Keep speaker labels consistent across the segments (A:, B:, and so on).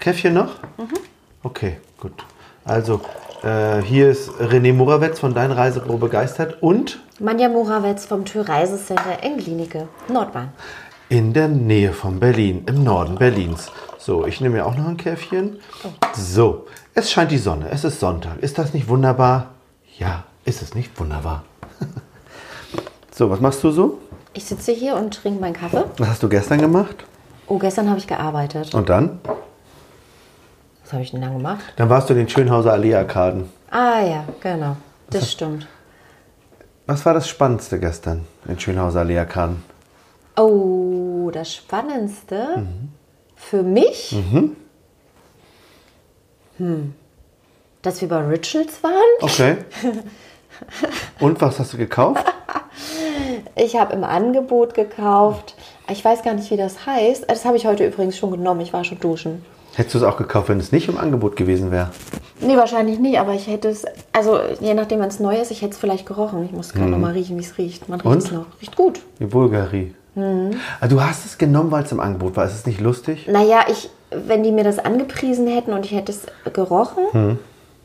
A: Käffchen noch? Okay, gut. Also, äh, hier ist René Murawetz von Dein Reisebüro begeistert und
B: Manja Morawetz vom Tür Reisecenter Englinike, Nordbahn.
A: in der Nähe von Berlin, im Norden Berlins. So, ich nehme mir auch noch ein Käffchen. So, es scheint die Sonne, es ist Sonntag. Ist das nicht wunderbar? Ja, ist es nicht wunderbar. so, was machst du so?
B: Ich sitze hier und trinke meinen Kaffee.
A: Was hast du gestern gemacht?
B: Oh, gestern habe ich gearbeitet.
A: Und dann?
B: Was habe ich denn dann gemacht?
A: Dann warst du in den Schönhauser Allee-Arkaden.
B: Ah ja, genau. Das stimmt.
A: Was war das Spannendste gestern in Schönhauser Allee-Arkaden?
B: Oh, das Spannendste für mich, hm, dass wir bei Rituals waren.
A: Okay. Und was hast du gekauft?
B: Ich habe im Angebot gekauft. Ich weiß gar nicht, wie das heißt. Das habe ich heute übrigens schon genommen. Ich war schon duschen.
A: Hättest du es auch gekauft, wenn es nicht im Angebot gewesen wäre?
B: Nee, wahrscheinlich nicht, aber ich hätte es, also je nachdem, wenn es neu ist, ich hätte es vielleicht gerochen. Ich muss gerade noch mal riechen, wie es riecht. Man riecht es
A: Mhm. Und?
B: noch. Riecht gut.
A: Die Bulgari.
B: Mhm.
A: Ah, Du hast es genommen, weil es im Angebot war. Ist es nicht lustig?
B: Naja, ich, wenn die mir das angepriesen hätten und ich hätte es gerochen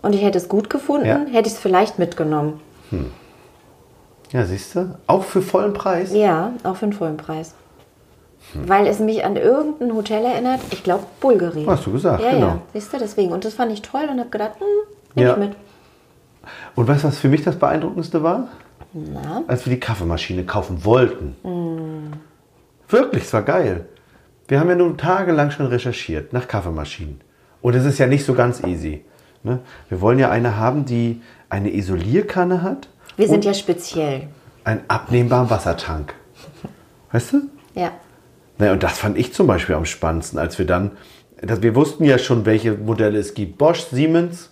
B: und ich hätte es gut gefunden,
A: Mhm. Ja.
B: hätte ich es vielleicht mitgenommen.
A: Ja, siehst du? Auch für vollen Preis?
B: Ja, auch für den vollen Preis.
A: Hm.
B: Weil es mich an irgendein Hotel erinnert, ich glaube Bulgari.
A: Hast du gesagt,
B: ja,
A: genau.
B: Ja, siehst du, deswegen. Und das fand ich toll und habe gedacht, hm, nehm
A: Ja.
B: ich mit.
A: Und weißt du, was für mich das Beeindruckendste war?
B: Na?
A: Als wir die Kaffeemaschine kaufen wollten. Wirklich, es war geil. Wir haben ja nun tagelang schon recherchiert nach Kaffeemaschinen. Und es ist ja nicht so ganz easy. Ne? Wir wollen ja eine haben, die eine Isolierkanne hat.
B: Wir sind
A: und
B: ja speziell.
A: Einen abnehmbaren Wassertank. Weißt du?
B: Ja.
A: Naja, und das fand ich zum Beispiel am spannendsten, als wir dann, dass wir wussten ja schon, welche Modelle es gibt. Bosch, Siemens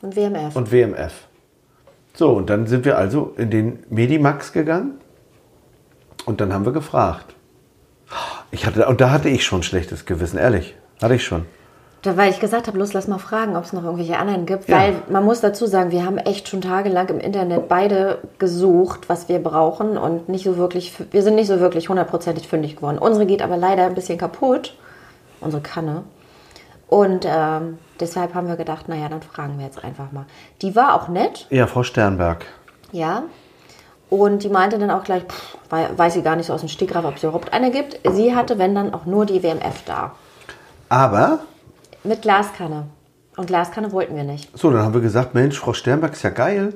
B: Und WMF.
A: und WMF. So, und dann sind wir also in den Medimax gegangen und dann haben wir gefragt. Ich hatte, und da hatte ich schon schlechtes Gewissen, ehrlich. Hatte ich schon.
B: Da, weil ich gesagt habe, los, lass mal fragen, ob es noch irgendwelche anderen gibt.
A: Ja.
B: Weil man muss dazu sagen, wir haben echt schon tagelang im Internet beide gesucht, was wir brauchen und nicht so wirklich, wir sind nicht so wirklich hundertprozentig fündig geworden. Unsere geht aber leider ein bisschen kaputt, unsere Kanne. Und ähm, deshalb haben wir gedacht, naja, dann fragen wir jetzt einfach mal. Die war auch nett,
A: Ja, Frau Sternberg.
B: ja. Und die meinte dann auch gleich, pff, wei- weiß sie gar nicht so aus dem Stegreif, ob es überhaupt eine gibt. Sie hatte, wenn dann, auch nur die WMF da.
A: Aber,
B: Mit Glaskanne. Und Glaskanne wollten wir nicht.
A: so, dann haben wir gesagt, Mensch, Frau Sternberg ist ja geil.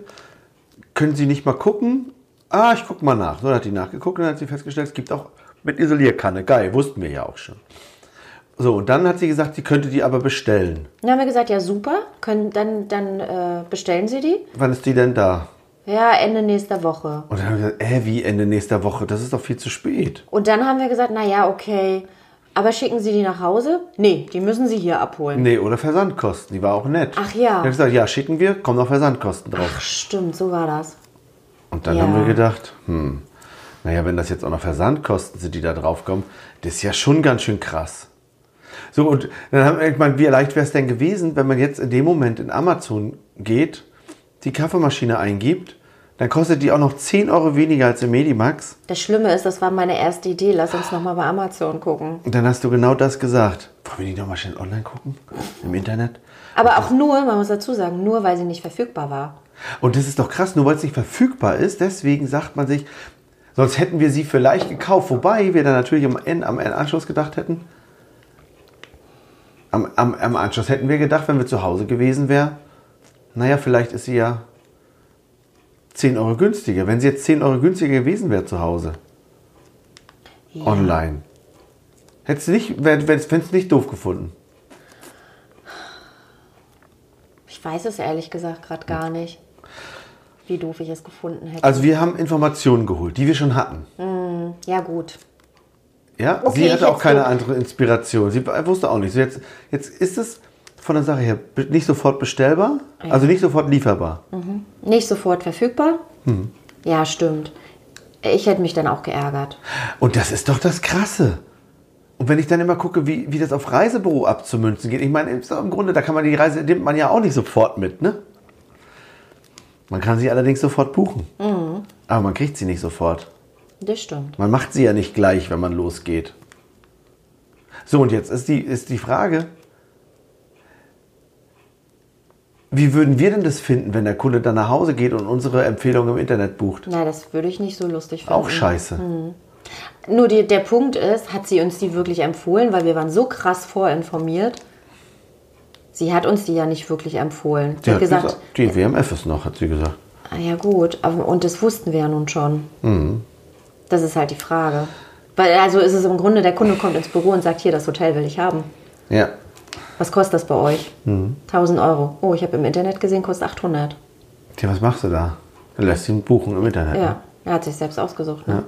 A: Können Sie nicht mal gucken? Ah, ich guck mal nach. So, dann hat die nachgeguckt und dann hat sie festgestellt, es gibt auch mit Isolierkanne. Geil, wussten wir ja auch schon. So, und dann hat sie gesagt, sie könnte die aber bestellen.
B: Dann haben wir gesagt, ja super, können, dann, dann äh, bestellen Sie die.
A: Wann ist die denn da?
B: Ja, Ende nächster Woche.
A: Und dann haben wir gesagt, äh, wie Ende nächster Woche? Das ist doch viel zu spät.
B: Und dann haben wir gesagt, naja, okay, aber schicken Sie die nach Hause? Nee, die müssen Sie hier abholen.
A: Nee, oder Versandkosten, die war auch nett.
B: Ach ja.
A: Ich habe gesagt, ja, schicken wir, kommen noch Versandkosten drauf.
B: Ach stimmt, so war das.
A: Und dann
B: ja.
A: haben wir gedacht, hm, naja, wenn das jetzt auch noch Versandkosten sind, die da draufkommen, das ist ja schon ganz schön krass. So, und dann haben wir, ich meine, wie leicht wäre es denn gewesen, wenn man jetzt in dem Moment in Amazon geht, die Kaffeemaschine eingibt, dann kostet die auch noch 10 Euro weniger als im Medimax.
B: Das Schlimme ist, das war meine erste Idee, lass uns nochmal bei Amazon gucken.
A: Und dann hast du genau das gesagt. Wollen wir die nochmal schnell online gucken? Im Internet?
B: Aber auch nur, man muss dazu sagen, nur weil sie nicht verfügbar war.
A: Und das ist doch krass, nur weil es nicht verfügbar ist, deswegen sagt man sich, sonst hätten wir sie vielleicht gekauft. Wobei wir dann natürlich am, End- am Anschluss gedacht hätten, am, am, am Anschluss hätten wir gedacht, wenn wir zu Hause gewesen wären, naja, vielleicht ist sie ja 10 Euro günstiger. Wenn sie jetzt 10 Euro günstiger gewesen wäre zu Hause, online, hättest du nicht, wenn es nicht doof gefunden.
B: Ich weiß es ehrlich gesagt gerade gar nicht, wie doof ich es gefunden hätte.
A: Also wir haben Informationen geholt, die wir schon hatten.
B: ja gut,
A: Ja,
B: Okay,
A: sie
B: ich
A: hatte auch
B: jetzt
A: keine
B: so-
A: andere Inspiration. Sie wusste auch nicht. So jetzt, jetzt ist es von der Sache her be- nicht sofort bestellbar, also nicht sofort lieferbar.
B: nicht sofort verfügbar.
A: Mhm.
B: Ja, stimmt. Ich hätte mich dann auch geärgert.
A: Und das ist doch das Krasse. Und wenn ich dann immer gucke, wie, wie das auf Reisebüro abzumünzen geht, ich meine, ist doch im Grunde, da kann man die Reise, nimmt man ja auch nicht sofort mit, ne? Man kann sie allerdings sofort buchen.
B: Mhm.
A: Aber man kriegt sie nicht sofort.
B: Das stimmt.
A: Man macht sie ja nicht gleich, wenn man losgeht. So, und jetzt ist die, ist die Frage, Wie würden wir denn das finden, wenn der Kunde dann nach Hause geht und unsere Empfehlung im Internet bucht?
B: Na, das würde ich nicht so lustig finden.
A: Auch scheiße.
B: Mhm. Nur die, der Punkt ist, hat sie uns die wirklich empfohlen, weil wir waren so krass vorinformiert. Sie hat uns die ja nicht wirklich empfohlen. Sie
A: Die
B: hat,
A: hat
B: gesagt,
A: die WMF ist noch, hat sie gesagt.
B: ah ja gut, aber, und das wussten wir ja nun schon.
A: Mhm.
B: Das ist halt die Frage. Weil also ist es im Grunde, der Kunde kommt ins Büro und sagt, hier, das Hotel will ich haben.
A: Ja.
B: Was kostet das bei euch?
A: Mhm.
B: 1000 Euro. Oh, ich habe im Internet gesehen, kostet 800.
A: Tja, was machst du da? Du lässt ihn buchen im Internet. ne?
B: Ja, er hat sich selbst ausgesucht. Ne?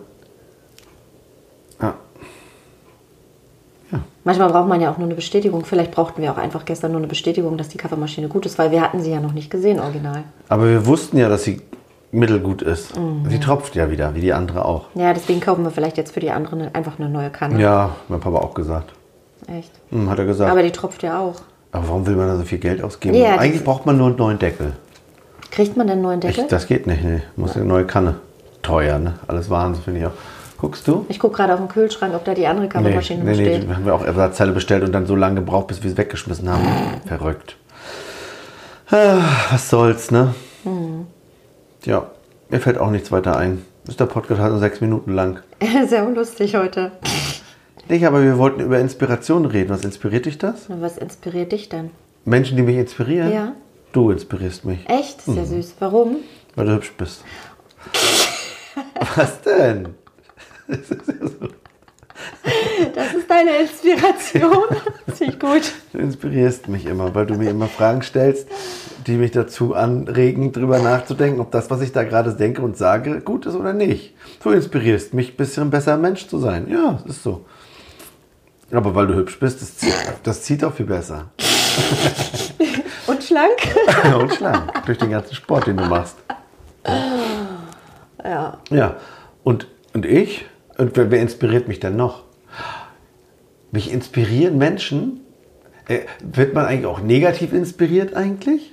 A: Ja. Ja.
B: Manchmal braucht man ja auch nur eine Bestätigung. Vielleicht brauchten wir auch einfach gestern nur eine Bestätigung, dass die Kaffeemaschine gut ist, weil wir hatten sie ja noch nicht gesehen, original.
A: Aber wir wussten ja, dass sie mittelgut ist.
B: Mhm.
A: Sie tropft ja wieder, wie die andere auch.
B: Ja, deswegen kaufen wir vielleicht jetzt für die anderen einfach eine neue Kanne.
A: Ja, mein Papa auch gesagt.
B: Echt.
A: Hm, hat er gesagt.
B: Aber
A: Aber,
B: die tropft ja auch.
A: warum will man da so viel Geld ausgeben?
B: Ja, das-
A: Eigentlich braucht man nur einen neuen Deckel.
B: Kriegt man denn einen neuen
A: Ich,
B: Deckel?
A: das geht nicht, nee. Muss eine neue Kanne. Teuer, ne? Alles Wahnsinn, finde ich auch. Guckst du?
B: Ich, guck gucke gerade auf den Kühlschrank, ob da die andere Kaffeemaschine noch steht.
A: haben wir auch Ersatzteile bestellt und dann so lange gebraucht, bis wir es weggeschmissen haben. Verrückt. Ah, Was soll's, ne?
B: Hm.
A: Ja, mir fällt auch nichts weiter ein. Ist der Podcast halt nur sechs Minuten lang.
B: Sehr lustig heute.
A: Nicht, aber wir wollten über Inspiration reden. Was inspiriert dich das?
B: Na, Was inspiriert dich denn?
A: Menschen, die mich inspirieren?
B: Ja.
A: Du inspirierst mich,
B: Echt? Ist ja süß. Warum?
A: weil du hübsch bist. Was denn?
B: Das ist deine Inspiration. Sieht gut.
A: Du inspirierst mich immer, weil du mir immer Fragen stellst, die mich dazu anregen, drüber nachzudenken, ob das, was ich da gerade denke und sage, gut ist oder nicht. Du inspirierst mich, ein bisschen besser Mensch zu sein. Ja, es ist so. Aber weil du hübsch bist, das zieht, das zieht auch viel besser.
B: Und schlank?
A: Und schlank. Durch den ganzen Sport, den du machst.
B: Ja.
A: Ja. Und, und ich? Und wer, wer inspiriert mich denn noch? Mich inspirieren Menschen? Äh, wird man eigentlich auch negativ inspiriert eigentlich?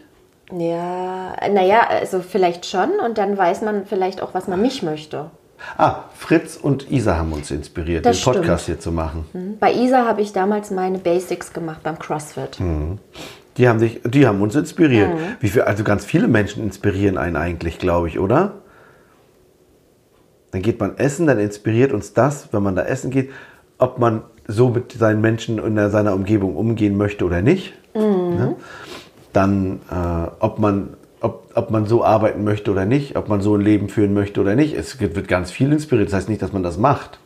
B: Ja, naja, also vielleicht schon. Und dann weiß man vielleicht auch, was man nicht möchte.
A: Ah, Fritz und Isa haben uns inspiriert,
B: Das
A: den Podcast hier zu machen.
B: Bei Isa habe ich damals meine Basics gemacht beim CrossFit.
A: Hm. Die haben, dich, die haben uns inspiriert.
B: Mhm.
A: Wie viel, also ganz viele Menschen inspirieren einen eigentlich, glaube ich, oder? Dann geht man essen, dann inspiriert uns das, wenn man da essen geht, ob man so mit seinen Menschen in der- seiner Umgebung umgehen möchte oder nicht. Ne? Dann, äh, ob, man, ob, ob man so arbeiten möchte oder nicht, ob man so ein Leben führen möchte oder nicht. Es gibt- wird ganz viel inspiriert. Das heißt nicht, dass man das macht,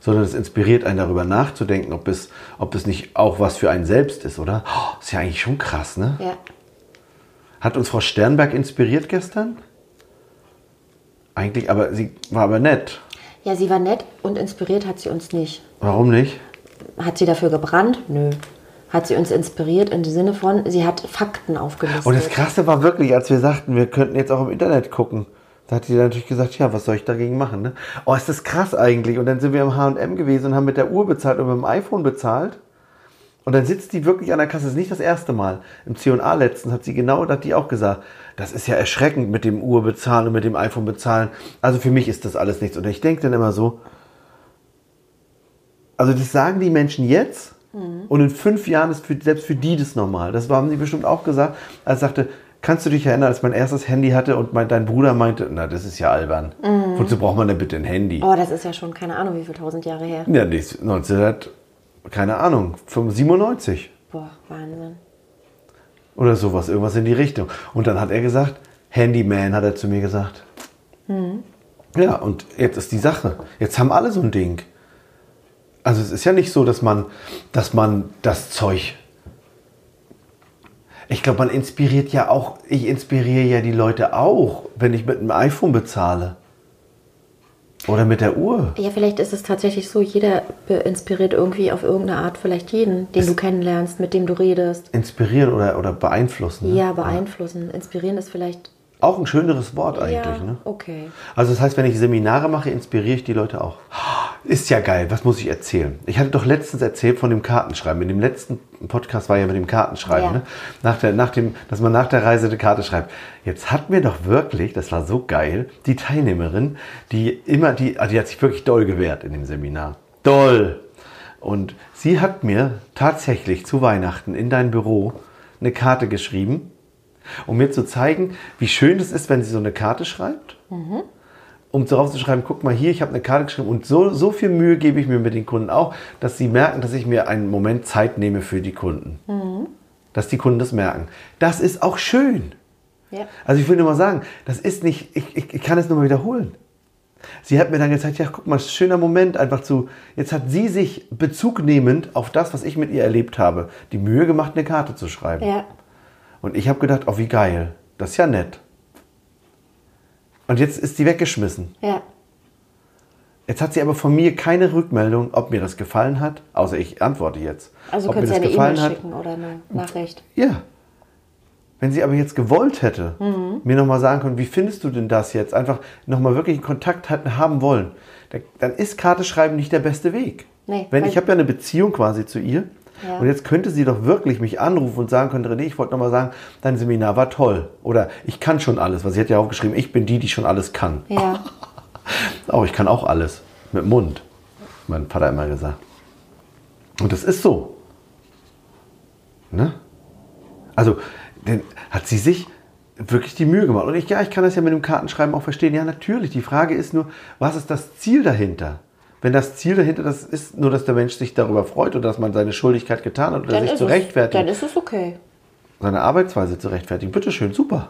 A: sondern es inspiriert einen darüber nachzudenken, ob es, ob es nicht auch was für einen selbst ist, oder? Oh, ist ja eigentlich schon krass, ne?
B: Ja.
A: Hat uns Frau Sternberg inspiriert gestern? Eigentlich, aber sie war aber nett.
B: ja, sie war nett und inspiriert hat sie uns nicht.
A: Warum nicht?
B: Hat sie dafür gebrannt? Nö. Hat sie uns inspiriert im Sinne von, sie hat Fakten aufgelistet.
A: Und Oh, das Krasse war wirklich, als wir sagten, wir könnten jetzt auch im Internet gucken. Da hat die dann natürlich gesagt, ja, was soll ich dagegen machen? Ne? Oh, ist das krass eigentlich. Und dann sind wir im HM gewesen und haben mit der Uhr bezahlt und mit dem iPhone bezahlt. Und dann sitzt die wirklich an der Kasse. Das ist nicht das erste Mal. Im C&A letztens hat sie genau, hat die auch gesagt, das ist ja erschreckend mit dem Uhr bezahlen und mit dem iPhone bezahlen. Also für mich ist das alles nichts. Und ich denke dann immer so, also das sagen die Menschen jetzt und in fünf Jahren ist für, selbst für die das normal. Das haben die bestimmt auch gesagt, als ich sagte, kannst du dich erinnern, als mein erstes Handy hatte und mein, dein Bruder meinte, na das ist ja albern. Wozu braucht man denn bitte ein Handy?
B: Oh, das ist ja schon keine Ahnung, wie viel tausend Jahre her.
A: Ja, nee, 1900, keine Ahnung, 97
B: Boah, Wahnsinn.
A: oder sowas, irgendwas in die Richtung. Und dann hat er gesagt, Handyman hat er zu mir gesagt.
B: Hm.
A: Ja, und jetzt ist die Sache. Jetzt haben alle so ein Ding. Also es ist ja nicht so, dass man, dass man das Zeug. Ich glaube, man inspiriert ja auch, ich inspiriere ja die Leute auch, wenn ich mit einem iPhone bezahle. Oder mit der Uhr.
B: Ja, vielleicht ist es tatsächlich so, jeder be- inspiriert irgendwie auf irgendeine Art vielleicht jeden, den du kennenlernst, mit dem du redest.
A: Inspirieren oder, oder beeinflussen. Ne?
B: Ja, beeinflussen. Inspirieren ist vielleicht.
A: Auch ein schöneres Wort eigentlich.
B: ja,
A: Ne?
B: okay.
A: Also das heißt, wenn ich Seminare mache, inspiriere ich die Leute auch. Ist ja geil, was muss ich erzählen? Ich hatte doch letztens erzählt von dem Kartenschreiben. In dem letzten Podcast war ja mit dem Kartenschreiben,
B: Ja.
A: ne? nach der, nach dem, dass man nach der Reise eine Karte schreibt. Jetzt hat mir doch wirklich, das war so geil, die Teilnehmerin, die immer, die, ah, die hat sich wirklich doll gewehrt in dem Seminar. Doll! Und sie hat mir tatsächlich zu Weihnachten in dein Büro eine Karte geschrieben um mir zu zeigen, wie schön es ist, wenn sie so eine Karte schreibt. Um darauf zu schreiben, guck mal hier, ich habe eine Karte geschrieben und so, so viel Mühe gebe ich mir mit den Kunden auch, dass sie merken, dass ich mir einen Moment Zeit nehme für die Kunden. Dass die Kunden das merken. Das ist auch schön.
B: Ja.
A: Also ich will nur mal sagen, das ist nicht, ich, ich, ich kann es nur mal wiederholen. Sie hat mir dann gezeigt, ja, guck mal, schöner Moment, einfach zu, jetzt hat sie sich Bezug nehmend auf das, was ich mit ihr erlebt habe, die Mühe gemacht, eine Karte zu schreiben.
B: Ja.
A: Und ich habe gedacht, oh, wie geil, das ist ja nett. Und jetzt ist sie weggeschmissen.
B: Ja.
A: Jetzt hat sie aber von mir keine Rückmeldung, ob mir das gefallen hat, außer ich antworte jetzt.
B: Also
A: ob mir
B: könntest du
A: das
B: ja eine
A: gefallen
B: E-Mail
A: hat.
B: schicken oder eine Nachricht.
A: Ja. Wenn sie aber jetzt gewollt hätte,
B: Mhm.
A: mir nochmal sagen können, wie findest du denn das jetzt? Einfach nochmal wirklich einen Kontakt hatten, haben wollen. Da- Dann ist Karte schreiben nicht der beste Weg.
B: Nee,
A: Wenn
B: weil-
A: ich habe ja eine Beziehung quasi zu ihr.
B: Ja.
A: Und jetzt könnte sie doch wirklich mich anrufen und sagen können, René, ich wollte nochmal sagen, dein Seminar war toll. Oder ich kann schon alles. Weil sie hat ja aufgeschrieben, ich bin die, die schon alles kann.
B: Ja.
A: Also Oh, ich kann auch alles. Mit dem Mund. hat Mein Vater immer gesagt. Und das ist so. Ne? Also, denn hat sie sich wirklich die Mühe gemacht. Und ich, ja, ich kann das ja mit dem Kartenschreiben auch verstehen. Ja, natürlich. Die Frage ist nur, was ist das Ziel dahinter? Wenn das Ziel dahinter das ist, nur dass der Mensch sich darüber freut oder dass man seine Schuldigkeit getan hat oder sich zu
B: es, dann
A: rechtfertigen,
B: ist es okay.
A: seine Arbeitsweise zu rechtfertigen, bitteschön, super.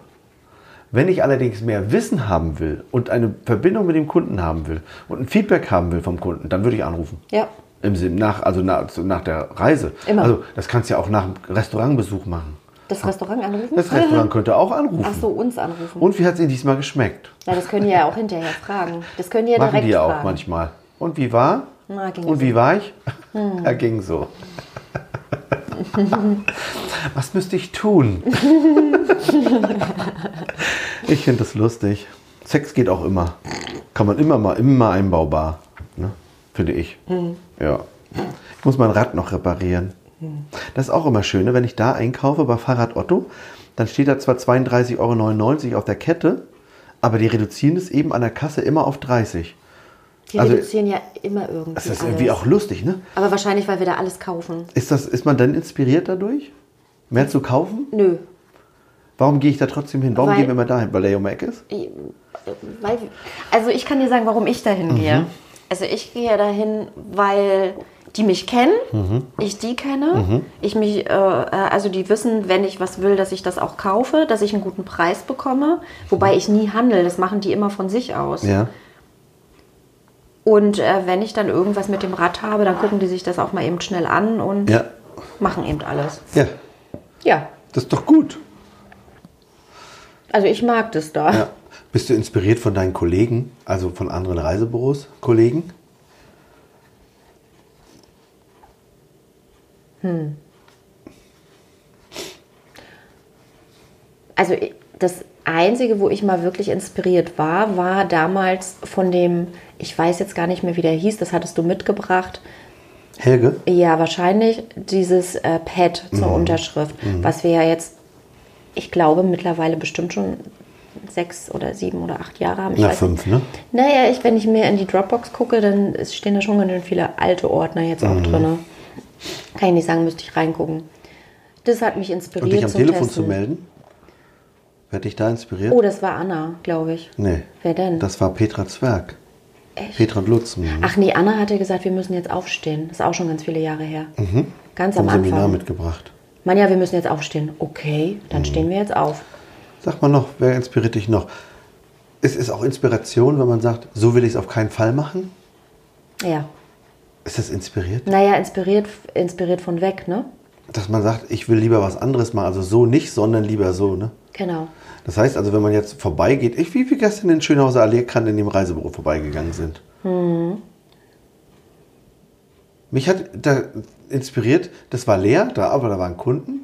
A: Wenn ich allerdings mehr Wissen haben will und eine Verbindung mit dem Kunden haben will und ein Feedback haben will vom Kunden, dann würde ich anrufen.
B: Ja.
A: Im Sinn nach, also nach, zu- nach der Reise.
B: Immer.
A: Also das kannst du ja auch nach einem Restaurantbesuch machen.
B: Das Restaurant anrufen?
A: Das Restaurant könnte auch anrufen.
B: Ach so, uns anrufen.
A: Und wie hat es Ihnen diesmal geschmeckt?
B: Na, das können die ja auch hinterher fragen. Das können die ja
A: Machen
B: direkt
A: die ja
B: fragen.
A: auch manchmal. Und wie war?
B: Na, ging
A: und
B: so. Hm.
A: wie war ich? Ja, ging so. Was müsste ich tun? ich finde das lustig. Sex geht auch immer. Kann man immer mal, immer einbaubar. Ne? Finde ich.
B: Hm.
A: Ja. Ich muss mein Rad noch reparieren.
B: Hm.
A: Das ist auch immer schön, ne? wenn ich da einkaufe bei Fahrrad Otto, dann steht da zwar 32,99 Euro auf der Kette, aber die reduzieren es eben an der Kasse immer auf 30.
B: Die
A: also-
B: reduzieren ja immer irgendwie.
A: Das ist
B: alles.
A: irgendwie auch lustig, ne?
B: Aber wahrscheinlich, weil wir da alles kaufen.
A: Ist, das, ist man dann inspiriert dadurch? Mehr zu kaufen?
B: Nö.
A: Warum gehe ich da trotzdem hin? Warum
B: Weil-
A: gehen wir immer dahin? Weil der Junge Eck ist?
B: Ich- Weil, also ich kann dir sagen, warum ich dahin gehe.
A: Mhm.
B: Also ich gehe dahin, weil die mich kennen,
A: Mhm.
B: ich die kenne, ich mich, äh, also die wissen, wenn ich was will, dass ich das auch kaufe, dass ich einen guten Preis bekomme, wobei ich nie handle, das machen die immer von sich aus.
A: Ja.
B: Und äh, wenn ich dann irgendwas mit dem Rad habe, dann gucken die sich das auch mal eben schnell an und
A: Ja.
B: machen eben alles.
A: Ja.
B: Ja,
A: Das ist doch gut.
B: also ich mag das da.
A: Ja. Bist du inspiriert von deinen Kollegen, also von anderen Reisebüros, Kollegen?
B: Also ich- das Einzige, wo ich mal wirklich inspiriert war, war damals von dem, ich weiß jetzt gar nicht mehr, wie der hieß, das hattest du mitgebracht.
A: Helge?
B: Ja, wahrscheinlich dieses äh, Pad zur
A: Mhm.
B: Unterschrift, was wir ja jetzt, ich glaube, mittlerweile bestimmt schon sechs oder sieben oder acht Jahre haben. Ich
A: Na,
B: weiß
A: fünf, ne?
B: naja, ich, wenn ich mir in die Dropbox gucke, dann ist- stehen da schon ganz schön viele alte Ordner jetzt auch
A: Mhm.
B: drin. ne? Kann ich nicht sagen, müsste ich reingucken. Das hat mich inspiriert.
A: Und dich am
B: zum
A: Telefon
B: Testen.
A: zu melden? Wer hat dich da inspiriert?
B: Oh, das war Anna, glaube ich.
A: nee.
B: Wer denn?
A: Das war Petra Zwerg.
B: Echt?
A: Petra und Lutz. mhm.
B: Ach nee, Anna hatte gesagt, wir müssen jetzt aufstehen. Das ist auch schon ganz viele Jahre her.
A: Mhm.
B: Ganz am
A: Vom
B: Anfang.
A: Seminar mitgebracht.
B: Mann, ja, wir müssen jetzt aufstehen. Okay, dann
A: Mhm.
B: stehen wir jetzt auf.
A: Sag mal noch, wer inspiriert dich noch? Es ist auch Inspiration, wenn man sagt, so will ich es auf keinen Fall machen.
B: Ja.
A: Ist das inspiriert?
B: Naja, inspiriert, inspiriert von weg, ne?
A: dass man sagt, ich will lieber was anderes machen, also so nicht, sondern lieber so, ne?
B: Genau.
A: Das heißt also, wenn man jetzt vorbeigeht, ich, wie viele Gäste in den Schönhauser Allee kann in dem Reisebüro vorbeigegangen sind? Mich hat da inspiriert, das war leer, da aber da waren Kunden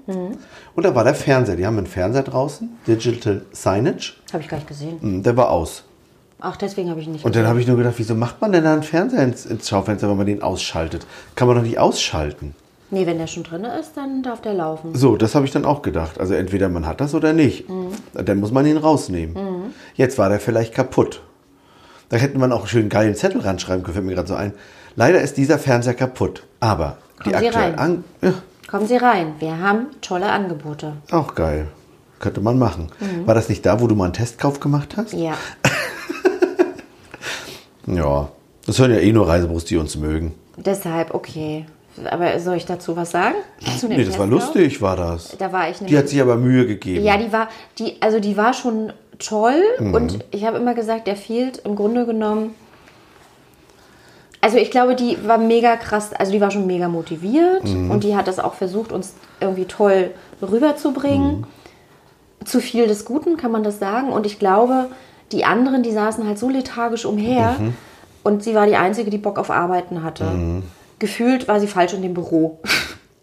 A: und da war der Fernseher, die haben einen Fernseher draußen, Digital Signage,
B: Habe ich gleich gesehen.
A: Hm, der war aus.
B: Ach, deswegen habe ich nicht.
A: Und dann habe ich nur gedacht, wieso macht man denn da einen Fernseher ins, ins Schaufenster, wenn man den ausschaltet? Kann man doch nicht ausschalten.
B: nee, wenn der schon drin ist, dann darf der laufen.
A: So, das habe ich dann auch gedacht. Also entweder man hat das oder nicht.
B: Mhm.
A: Dann muss man ihn rausnehmen. Jetzt war der vielleicht kaputt. Da hätte man auch einen schönen geilen Zettel ranschreiben können, fällt mir gerade so ein. Leider ist dieser Fernseher kaputt. Aber
B: Kommen Sie rein.
A: an ja,
B: Kommen Sie rein. Wir haben tolle Angebote.
A: auch geil. Könnte man machen. War das nicht da, wo du mal einen Testkauf gemacht hast?
B: Mhm. Ja.
A: Ja. Das hören ja eh nur Reisebüros, die uns mögen.
B: Deshalb, okay. Aber soll ich dazu was sagen? Zu dem
A: Nee, das war
B: Testlauf?
A: lustig, war das.
B: Da war ich
A: Die
B: nämlich.
A: hat sich aber Mühe gegeben.
B: Ja, die war, die, also die war schon toll. Und ich habe immer gesagt, der fehlt im Grunde genommen. Also ich glaube, die war mega krass, also die war schon mega motiviert und die hat das auch versucht, uns irgendwie toll rüberzubringen. Zu viel des Guten kann man das sagen. Und ich glaube, die anderen, die saßen halt so lethargisch umher und sie war die Einzige, die Bock auf Arbeiten hatte. Gefühlt war sie falsch in dem Büro.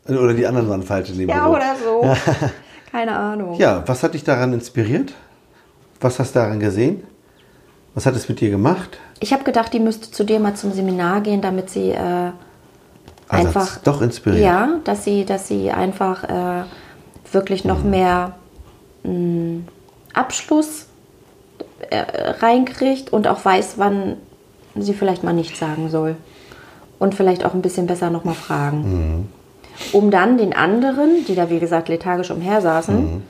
A: Oder die anderen waren falsch in dem
B: Ja,
A: Büro.
B: oder so. Keine Ahnung.
A: Ja, was hat dich daran inspiriert? Was hast du daran gesehen? Was hat es mit dir gemacht?
B: Ich habe gedacht, die müsste zu dir mal zum Seminar gehen, damit sie äh,
A: Also hat's
B: einfach.
A: doch inspiriert.
B: Ja, dass sie, dass sie einfach äh, wirklich noch mehr mh, Abschluss äh, reinkriegt und auch weiß, wann sie vielleicht mal nichts sagen soll. Und vielleicht auch ein bisschen besser nochmal fragen. Um dann den anderen, die da wie gesagt lethargisch umhersaßen,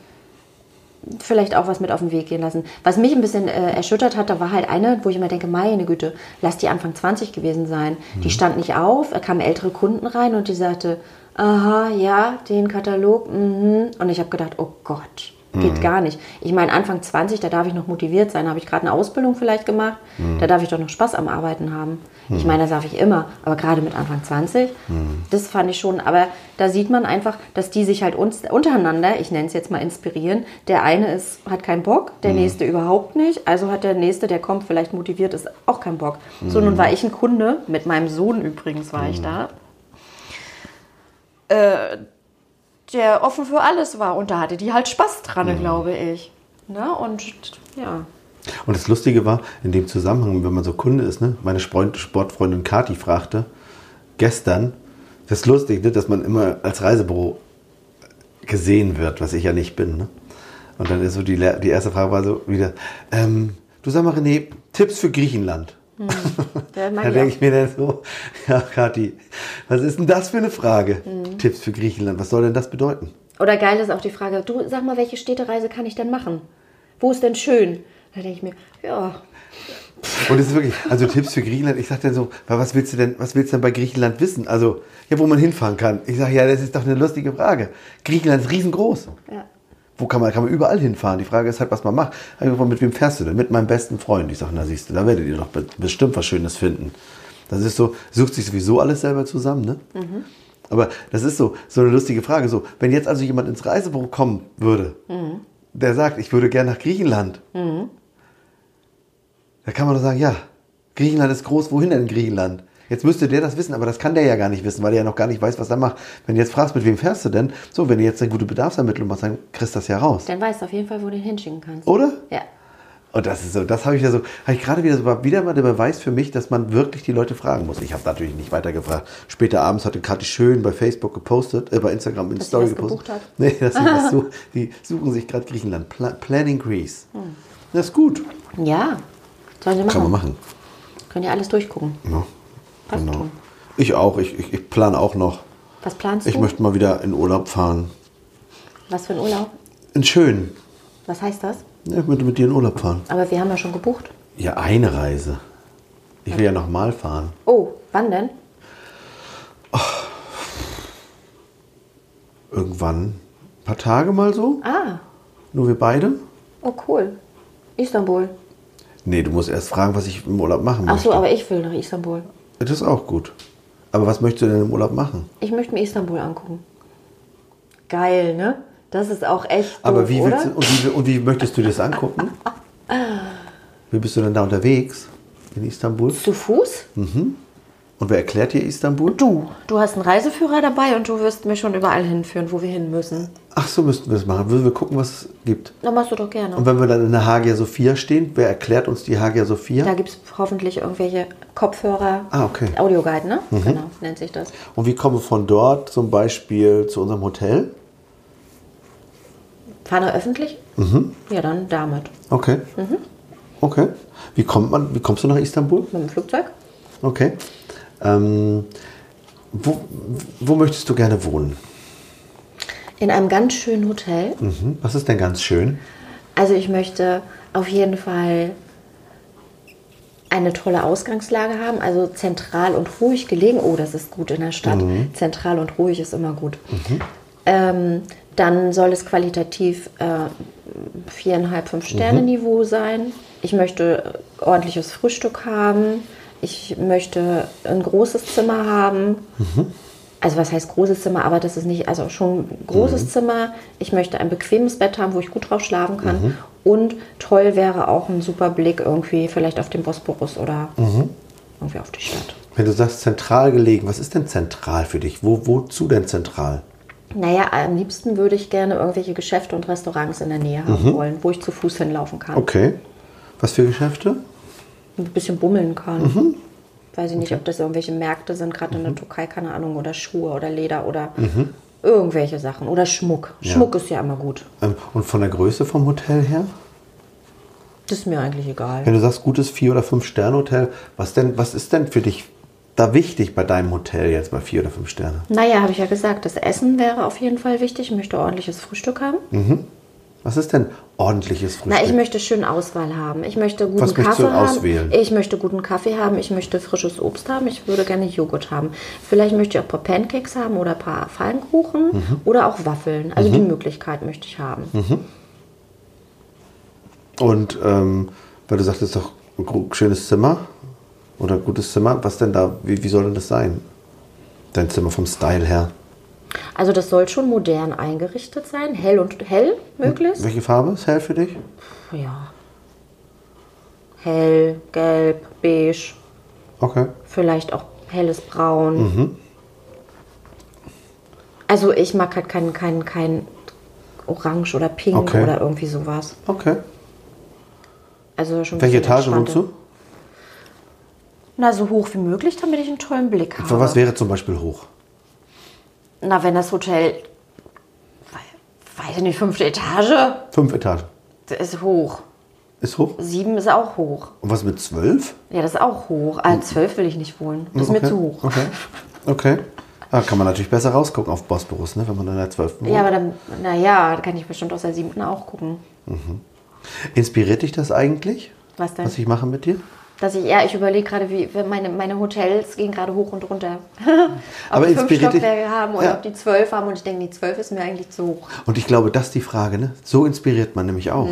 B: vielleicht auch was mit auf den Weg gehen lassen. Was mich ein bisschen äh, erschüttert hat, da war halt eine, wo ich immer denke, meine Güte, lass die Anfang 20 gewesen sein. Die stand nicht auf, da kamen ältere Kunden rein und die sagte, aha, ja, den Katalog, mhm. Und ich habe gedacht, oh Gott, geht gar nicht. Ich meine, Anfang 20, da darf ich noch motiviert sein, da habe ich gerade eine Ausbildung vielleicht gemacht, da darf ich doch noch Spaß am Arbeiten haben. Ich meine, das darf ich immer, aber gerade mit Anfang 20, das fand ich schon, aber da sieht man einfach, dass die sich halt uns, untereinander, ich nenne es jetzt mal inspirieren, der eine ist, hat keinen Bock, der nächste überhaupt nicht, also hat der nächste, der kommt, vielleicht motiviert ist, auch keinen Bock. So, nun war ich ein Kunde, mit meinem Sohn übrigens war ich da, äh, der offen für alles war und da hatte die halt Spaß dran, glaube ich. Na, und ja.
A: Und das Lustige war, in dem Zusammenhang, wenn man so Kunde ist, ne? meine Freund, Sportfreundin Kati fragte gestern, das ist lustig, ne? dass man immer als Reisebüro gesehen wird, was ich ja nicht bin. Ne? Und dann ist so die, le- die erste Frage war so wieder, ähm, du sag mal René, Tipps für Griechenland.
B: Der
A: Da denke ich mir dann so, ja Kati, was ist denn das für eine Frage? Tipps für Griechenland, was soll denn das bedeuten?
B: Oder geil ist auch die Frage, du sag mal, welche Städtereise kann ich denn machen? Wo ist denn schön? Da denke ich mir, ja,
A: Und es ist wirklich, also Tipps für Griechenland, ich sag dann so, wa- was willst du denn, was willst du denn bei Griechenland wissen? Also, ja, wo man hinfahren kann. Ich sage, ja, das ist doch eine lustige Frage. Griechenland ist riesengroß.
B: ja.
A: Wo kann man, kann man überall hinfahren? Die Frage ist halt, was man macht. Hab ich gefragt, Mit wem fährst du denn? Mit meinem besten Freund. Ich sage, na siehst du, da werdet ihr doch be- bestimmt was Schönes finden. Das ist so, sucht sich sowieso alles selber zusammen, ne? Aber das ist so, so eine lustige Frage. So, wenn jetzt also jemand ins Reisebüro kommen würde, der sagt, ich würde gerne nach Griechenland, da kann man doch sagen, ja, Griechenland ist groß, wohin denn Griechenland? Jetzt müsste der das wissen, aber das kann der ja gar nicht wissen, weil er ja noch gar nicht weiß, was er macht. Wenn du jetzt fragst, mit wem fährst du denn? So, wenn du jetzt eine gute Bedarfsermittlung machst, dann kriegst du das ja raus.
B: Dann weißt du auf jeden Fall, wo du den hinschicken kannst.
A: Oder?
B: Ja.
A: Und das ist so, das habe ich ja so, habe ich gerade wieder so, war wieder mal der Beweis für mich, dass man wirklich die Leute fragen muss. Ich habe natürlich nicht weiter gefragt. Später abends hatte Kathi schön bei Facebook gepostet, äh, bei Instagram in die
B: Dass sie
A: Story
B: was
A: gepostet.
B: gebucht hat.
A: Nee, dass sie was such, die suchen sich gerade Griechenland. Pla Planning Greece.
B: Hm.
A: Das ist gut.
B: Ja, sollen sie machen.
A: Kann man machen.
B: Könnt ihr alles durchgucken.
A: Ja,
B: Was
A: genau.
B: tun?
A: Ich auch. Ich, ich, ich plane auch noch.
B: Was planst
A: Ich
B: du?
A: möchte mal wieder in Urlaub fahren.
B: Was für ein Urlaub?
A: In schön.
B: Was heißt das?
A: Ja, Ich möchte mit dir in Urlaub fahren.
B: Aber wir haben ja schon gebucht.
A: Ja, eine Reise. Ich will ja nochmal fahren.
B: Oh, wann denn?
A: Irgendwann. Ein paar Tage mal so.
B: Ah,
A: Nur wir beide?
B: oh cool. Istanbul.
A: Nee, du musst erst fragen, was ich im Urlaub machen
B: Ach
A: möchte.
B: so, aber ich will nach Istanbul.
A: Das ist auch gut. Aber was möchtest du denn im Urlaub machen?
B: Ich möchte mir Istanbul angucken. Geil, ne? Das ist auch echt. Doof,
A: Aber wie,
B: oder?
A: willst du, und wie, und wie möchtest du dir das angucken? Wie bist du denn da unterwegs? In Istanbul?
B: Zu Fuß?
A: Und wer erklärt dir Istanbul?
B: Du, du hast einen Reiseführer dabei und du wirst mir schon überall hinführen, wo wir hin müssen.
A: Ach so, müssten wir es machen. Würden wir gucken, was es gibt.
B: Dann machst du doch gerne.
A: Und wenn wir dann in der Hagia Sophia stehen, wer erklärt uns die Hagia Sophia?
B: Da gibt es hoffentlich irgendwelche Kopfhörer.
A: Ah, okay. Mhm.
B: Audioguide, ne? Genau, nennt sich das.
A: Und wie kommen wir von dort zum Beispiel zu unserem Hotel?
B: Fahren wir öffentlich?
A: Mhm.
B: Ja, dann damit.
A: Okay.
B: Mhm.
A: Okay. Wie, kommt man, wie kommst du nach Istanbul?
B: Mit dem Flugzeug?
A: Okay. Ähm, wo, wo möchtest du gerne wohnen?
B: in einem ganz schönen Hotel.
A: Mhm. Was ist denn ganz schön?
B: Also ich möchte auf jeden Fall eine tolle Ausgangslage haben, also zentral und ruhig gelegen. Oh, das ist gut in der Stadt. Zentral und ruhig ist immer gut. Ähm, dann soll es qualitativ äh, viereinhalb, fünf Sterne Niveau sein. Ich möchte ordentliches Frühstück haben. Ich möchte ein großes Zimmer haben. Also was heißt großes Zimmer, aber das ist nicht, also schon ein großes Zimmer. Ich möchte ein bequemes Bett haben, wo ich gut drauf schlafen kann. Und toll wäre auch ein super Blick irgendwie vielleicht auf den Bosporus oder irgendwie auf die Stadt.
A: Wenn du sagst zentral gelegen, was ist denn zentral für dich? Wo, wozu denn zentral?
B: Naja, am liebsten würde ich gerne irgendwelche Geschäfte und Restaurants in der Nähe haben wollen, wo ich zu Fuß hinlaufen kann.
A: Okay. Was für Geschäfte?
B: Ein bisschen bummeln kann. Weiß ich nicht, ob das irgendwelche Märkte sind, gerade in der Türkei, keine Ahnung, oder Schuhe oder Leder oder irgendwelche Sachen. Oder Schmuck. Schmuck ist ja immer gut.
A: Ähm, Und von der Größe vom Hotel her?
B: Das ist mir eigentlich egal.
A: Wenn du sagst, gutes Vier- oder Fünf-Sterne-Hotel, was, denn- was ist denn für dich da wichtig bei deinem Hotel jetzt bei Vier- oder Fünf-Sterne?
B: Naja, habe ich ja gesagt, das Essen wäre auf jeden Fall wichtig. Ich möchte ordentliches Frühstück haben.
A: Mhm. Was ist denn ordentliches Frühstück?
B: Na, ich möchte schön Auswahl haben. Ich möchte guten
A: Was möchtest
B: Kaffee
A: du
B: haben.
A: auswählen?
B: Ich möchte guten Kaffee haben. Ich möchte frisches Obst haben. Ich würde gerne Joghurt haben. Vielleicht möchte ich auch ein paar Pancakes haben oder ein paar Pfannkuchen
A: Mhm.
B: oder auch Waffeln. Also die Möglichkeit möchte ich haben.
A: Und ähm, weil du sagtest doch, ein gro- schönes Zimmer oder gutes Zimmer, was denn da, wie, wie soll denn das sein? Dein Zimmer vom Style her.
B: Also das soll schon modern eingerichtet sein, hell und hell möglichst.
A: Welche Farbe ist hell für dich? Mhm.
B: Ja. Hell, gelb, beige,
A: Okay.
B: vielleicht auch helles Braun. Also ich mag halt kein, kein, kein Orange oder Pink
A: Okay.
B: oder irgendwie sowas.
A: Okay.
B: Also schon ein
A: Welche
B: bisschen
A: Etage wohnst
B: entspannter.
A: du?
B: Na, so hoch wie möglich, damit ich einen tollen Blick habe.
A: Für was wäre zum Beispiel hoch?
B: Na, wenn das Hotel, we- weiß ich nicht, fünfte Etage,
A: Fünf Etagen.
B: das ist hoch.
A: Ist hoch?
B: Sieben ist auch hoch.
A: Und was mit zwölf?
B: Ja, das ist auch hoch. Ah, zwölf will ich nicht wohnen. Das ist mir
A: Okay.
B: zu hoch.
A: Okay. Okay. Da kann man natürlich besser rausgucken auf Bosporus, ne? wenn man in der 12. wohnt.
B: Ja, aber dann, naja, dann kann ich bestimmt aus der siebten auch gucken.
A: Inspiriert dich das eigentlich?
B: Was denn?
A: Was ich mache mit dir?
B: Dass ich, ja, ich überlege gerade, wie wie meine, meine Hotels gehen gerade hoch und runter. ob
A: Aber
B: die fünf
A: inspiriert dich-
B: Stockwerke haben oder
A: Ja.
B: ob die zwölf haben. Und ich denke, die zwölf ist mir eigentlich zu hoch.
A: Und ich glaube, das ist die Frage, ne? So inspiriert man nämlich auch.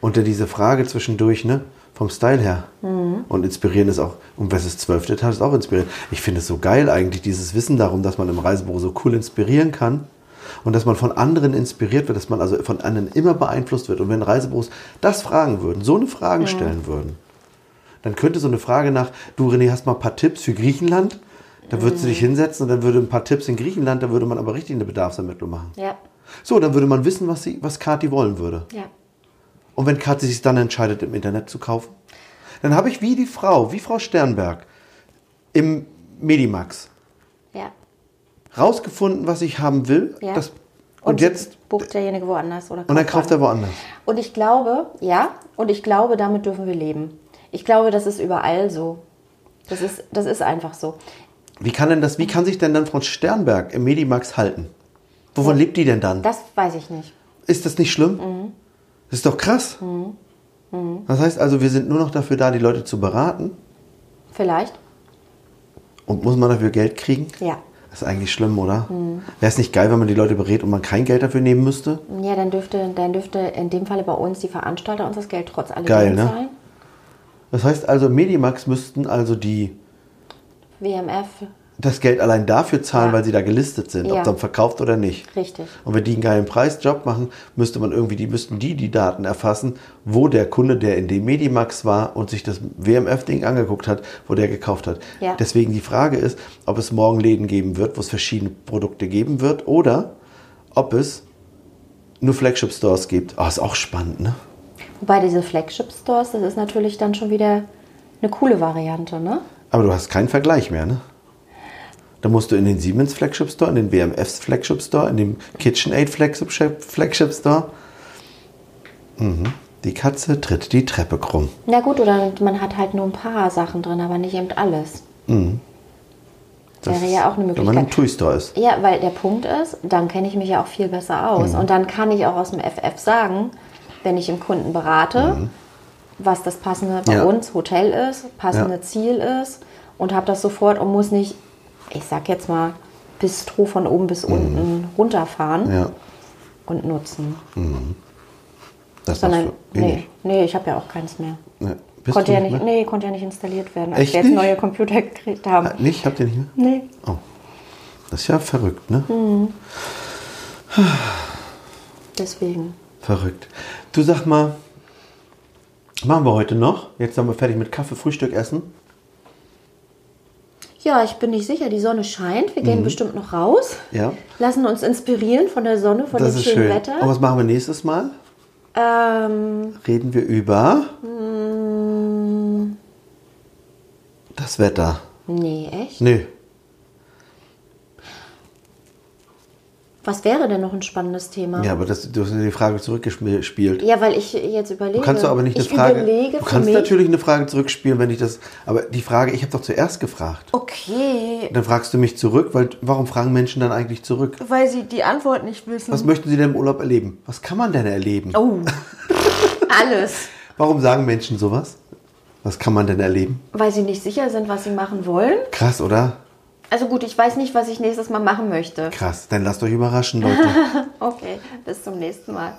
A: Und dann diese Frage zwischendurch, ne? Vom Style her. Und inspirieren ist auch, und was ist zwölfte Etage, ist auch inspirierend. Ich finde es so geil eigentlich, dieses Wissen darum, dass man im Reisebüro so cool inspirieren kann. Und dass man von anderen inspiriert wird, dass man also von anderen immer beeinflusst wird. Und wenn Reisebüros das fragen würden, so eine Frage stellen würden, dann könnte so eine Frage nach, du René, hast mal ein paar Tipps für Griechenland? Da würdest du dich hinsetzen und dann würde ein paar Tipps in Griechenland, da würde man aber richtig eine Bedarfsermittlung machen.
B: Ja,
A: So, dann würde man wissen, was, sie, was Kathi wollen würde.
B: ja.
A: Und wenn Kathi sich dann entscheidet, im Internet zu kaufen, dann habe ich wie die Frau, wie Frau Sternberg im Medimax
B: Ja.
A: rausgefunden, was ich haben will.
B: Ja.
A: Das, und, jetzt,
B: bucht derjenige woanders oder
A: und dann kauft er woanders.
B: Und ich glaube, ja, und ich glaube, damit dürfen wir leben. Ich glaube, das ist überall so. Das ist, das ist einfach so.
A: Wie kann denn das, wie kann sich denn dann Frau Sternberg im Medimax halten? Wovon lebt die denn dann?
B: Das weiß ich nicht.
A: Ist das nicht schlimm? Das ist doch krass. Das heißt also, wir sind nur noch dafür da, die Leute zu beraten.
B: Vielleicht?
A: Und muss man dafür Geld kriegen?
B: Ja.
A: Das ist eigentlich schlimm, oder?
B: Hm.
A: Wäre es nicht geil, wenn man die Leute berät und man kein Geld dafür nehmen müsste?
B: Ja, dann dürfte, dann dürfte in dem Falle bei uns die Veranstalter uns das Geld trotz alledem
A: Geil, ne?
B: zahlen.
A: Das heißt also, Medimax müssten also die
B: WMF,
A: das Geld allein dafür zahlen,
B: Ja.
A: weil sie da gelistet sind,
B: Ja.
A: ob dann verkauft oder nicht.
B: richtig.
A: Und wenn die einen geilen Preisjob machen, müsste man irgendwie, die müssten die die Daten erfassen, wo der Kunde, der in dem Medimax war und sich das WMF-Ding angeguckt hat, wo der gekauft hat.
B: Ja.
A: Deswegen die Frage ist, ob es morgen Läden geben wird, wo es verschiedene Produkte geben wird oder ob es nur Flagship-Stores gibt. Ah, ist auch spannend, ne?
B: Wobei diese Flagship-Stores, das ist natürlich dann schon wieder eine coole Variante, ne?
A: Aber du hast keinen Vergleich mehr, ne? Da musst du in den Siemens Flagship Store, in den BMFs Flagship Store, in den KitchenAid Flagship, Flagship Store. Mhm. Die Katze tritt die Treppe krumm.
B: Na gut, oder man hat halt nur ein paar Sachen drin, aber nicht eben alles.
A: Das
B: Wäre ja auch eine
A: Wenn man im
B: Möglichkeit.
A: Toy Store ist.
B: Ja, weil der Punkt ist, dann kenne ich mich ja auch viel besser aus.
A: Genau.
B: Und dann kann ich auch aus dem FF sagen, wenn ich im Kunden berate, was das passende bei
A: Mhm. Ja.
B: uns Hotel ist, passende
A: Ja.
B: Ziel ist und habe das sofort und muss nicht, ich sag jetzt mal, Bistro von oben bis unten runterfahren
A: Mhm. Ja,
B: und nutzen.
A: das machst
B: Sondern,
A: du eh
B: nee,
A: nicht.
B: nee, ich habe ja auch keins mehr.
A: Ja. Bist
B: Konnte
A: du
B: ja nicht,
A: mehr?
B: nee, konnte ja nicht installiert werden, als
A: Echt
B: wir jetzt
A: nicht?
B: neue Computer gekriegt haben.
A: Ah, Nicht? Habt ihr nicht mehr? Oh.
B: Nee.
A: Das ist ja verrückt, ne?
B: Hm. Deswegen.
A: Verrückt. Du sag mal, machen wir heute noch? Jetzt sind wir fertig mit Kaffee, Frühstück, Essen.
B: Ja, ich bin nicht sicher. Die Sonne scheint. Wir gehen bestimmt noch raus.
A: Mhm. Ja.
B: Lassen uns inspirieren von der Sonne, von
A: Das
B: dem
A: ist
B: schönen
A: schön.
B: Wetter.
A: Und was machen wir nächstes Mal?
B: ähm,
A: Reden wir über das Wetter.
B: nee, echt?
A: Nö.
B: Was wäre denn noch ein spannendes Thema?
A: Ja, aber das, du hast die Frage zurückgespielt.
B: Ja, weil Ah. ich jetzt überlege.
A: Du kannst doch aber nicht eine
B: ich
A: Frage.
B: Überlege
A: du
B: für
A: kannst
B: mich,
A: natürlich eine Frage zurückspielen, wenn ich das. Aber die Frage, ich habe doch zuerst gefragt.
B: Okay,
A: Dann fragst du mich zurück, weil warum fragen Menschen dann eigentlich zurück?
B: weil sie die Antwort nicht wissen.
A: Was möchten sie denn im Urlaub erleben? Was kann man denn erleben?
B: Mhm. oh. Alles.
A: Warum sagen Menschen sowas? Was kann man denn erleben?
B: Weil sie nicht sicher sind, was sie machen wollen.
A: Krass, oder?
B: Also gut, ich weiß nicht, was ich nächstes Mal machen möchte.
A: Krass. Dann lasst euch überraschen, Leute.
B: Okay, bis zum nächsten Mal.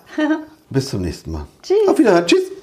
A: Bis zum nächsten Mal.
B: Tschüss.
A: Auf Wiedersehen. Tschüss.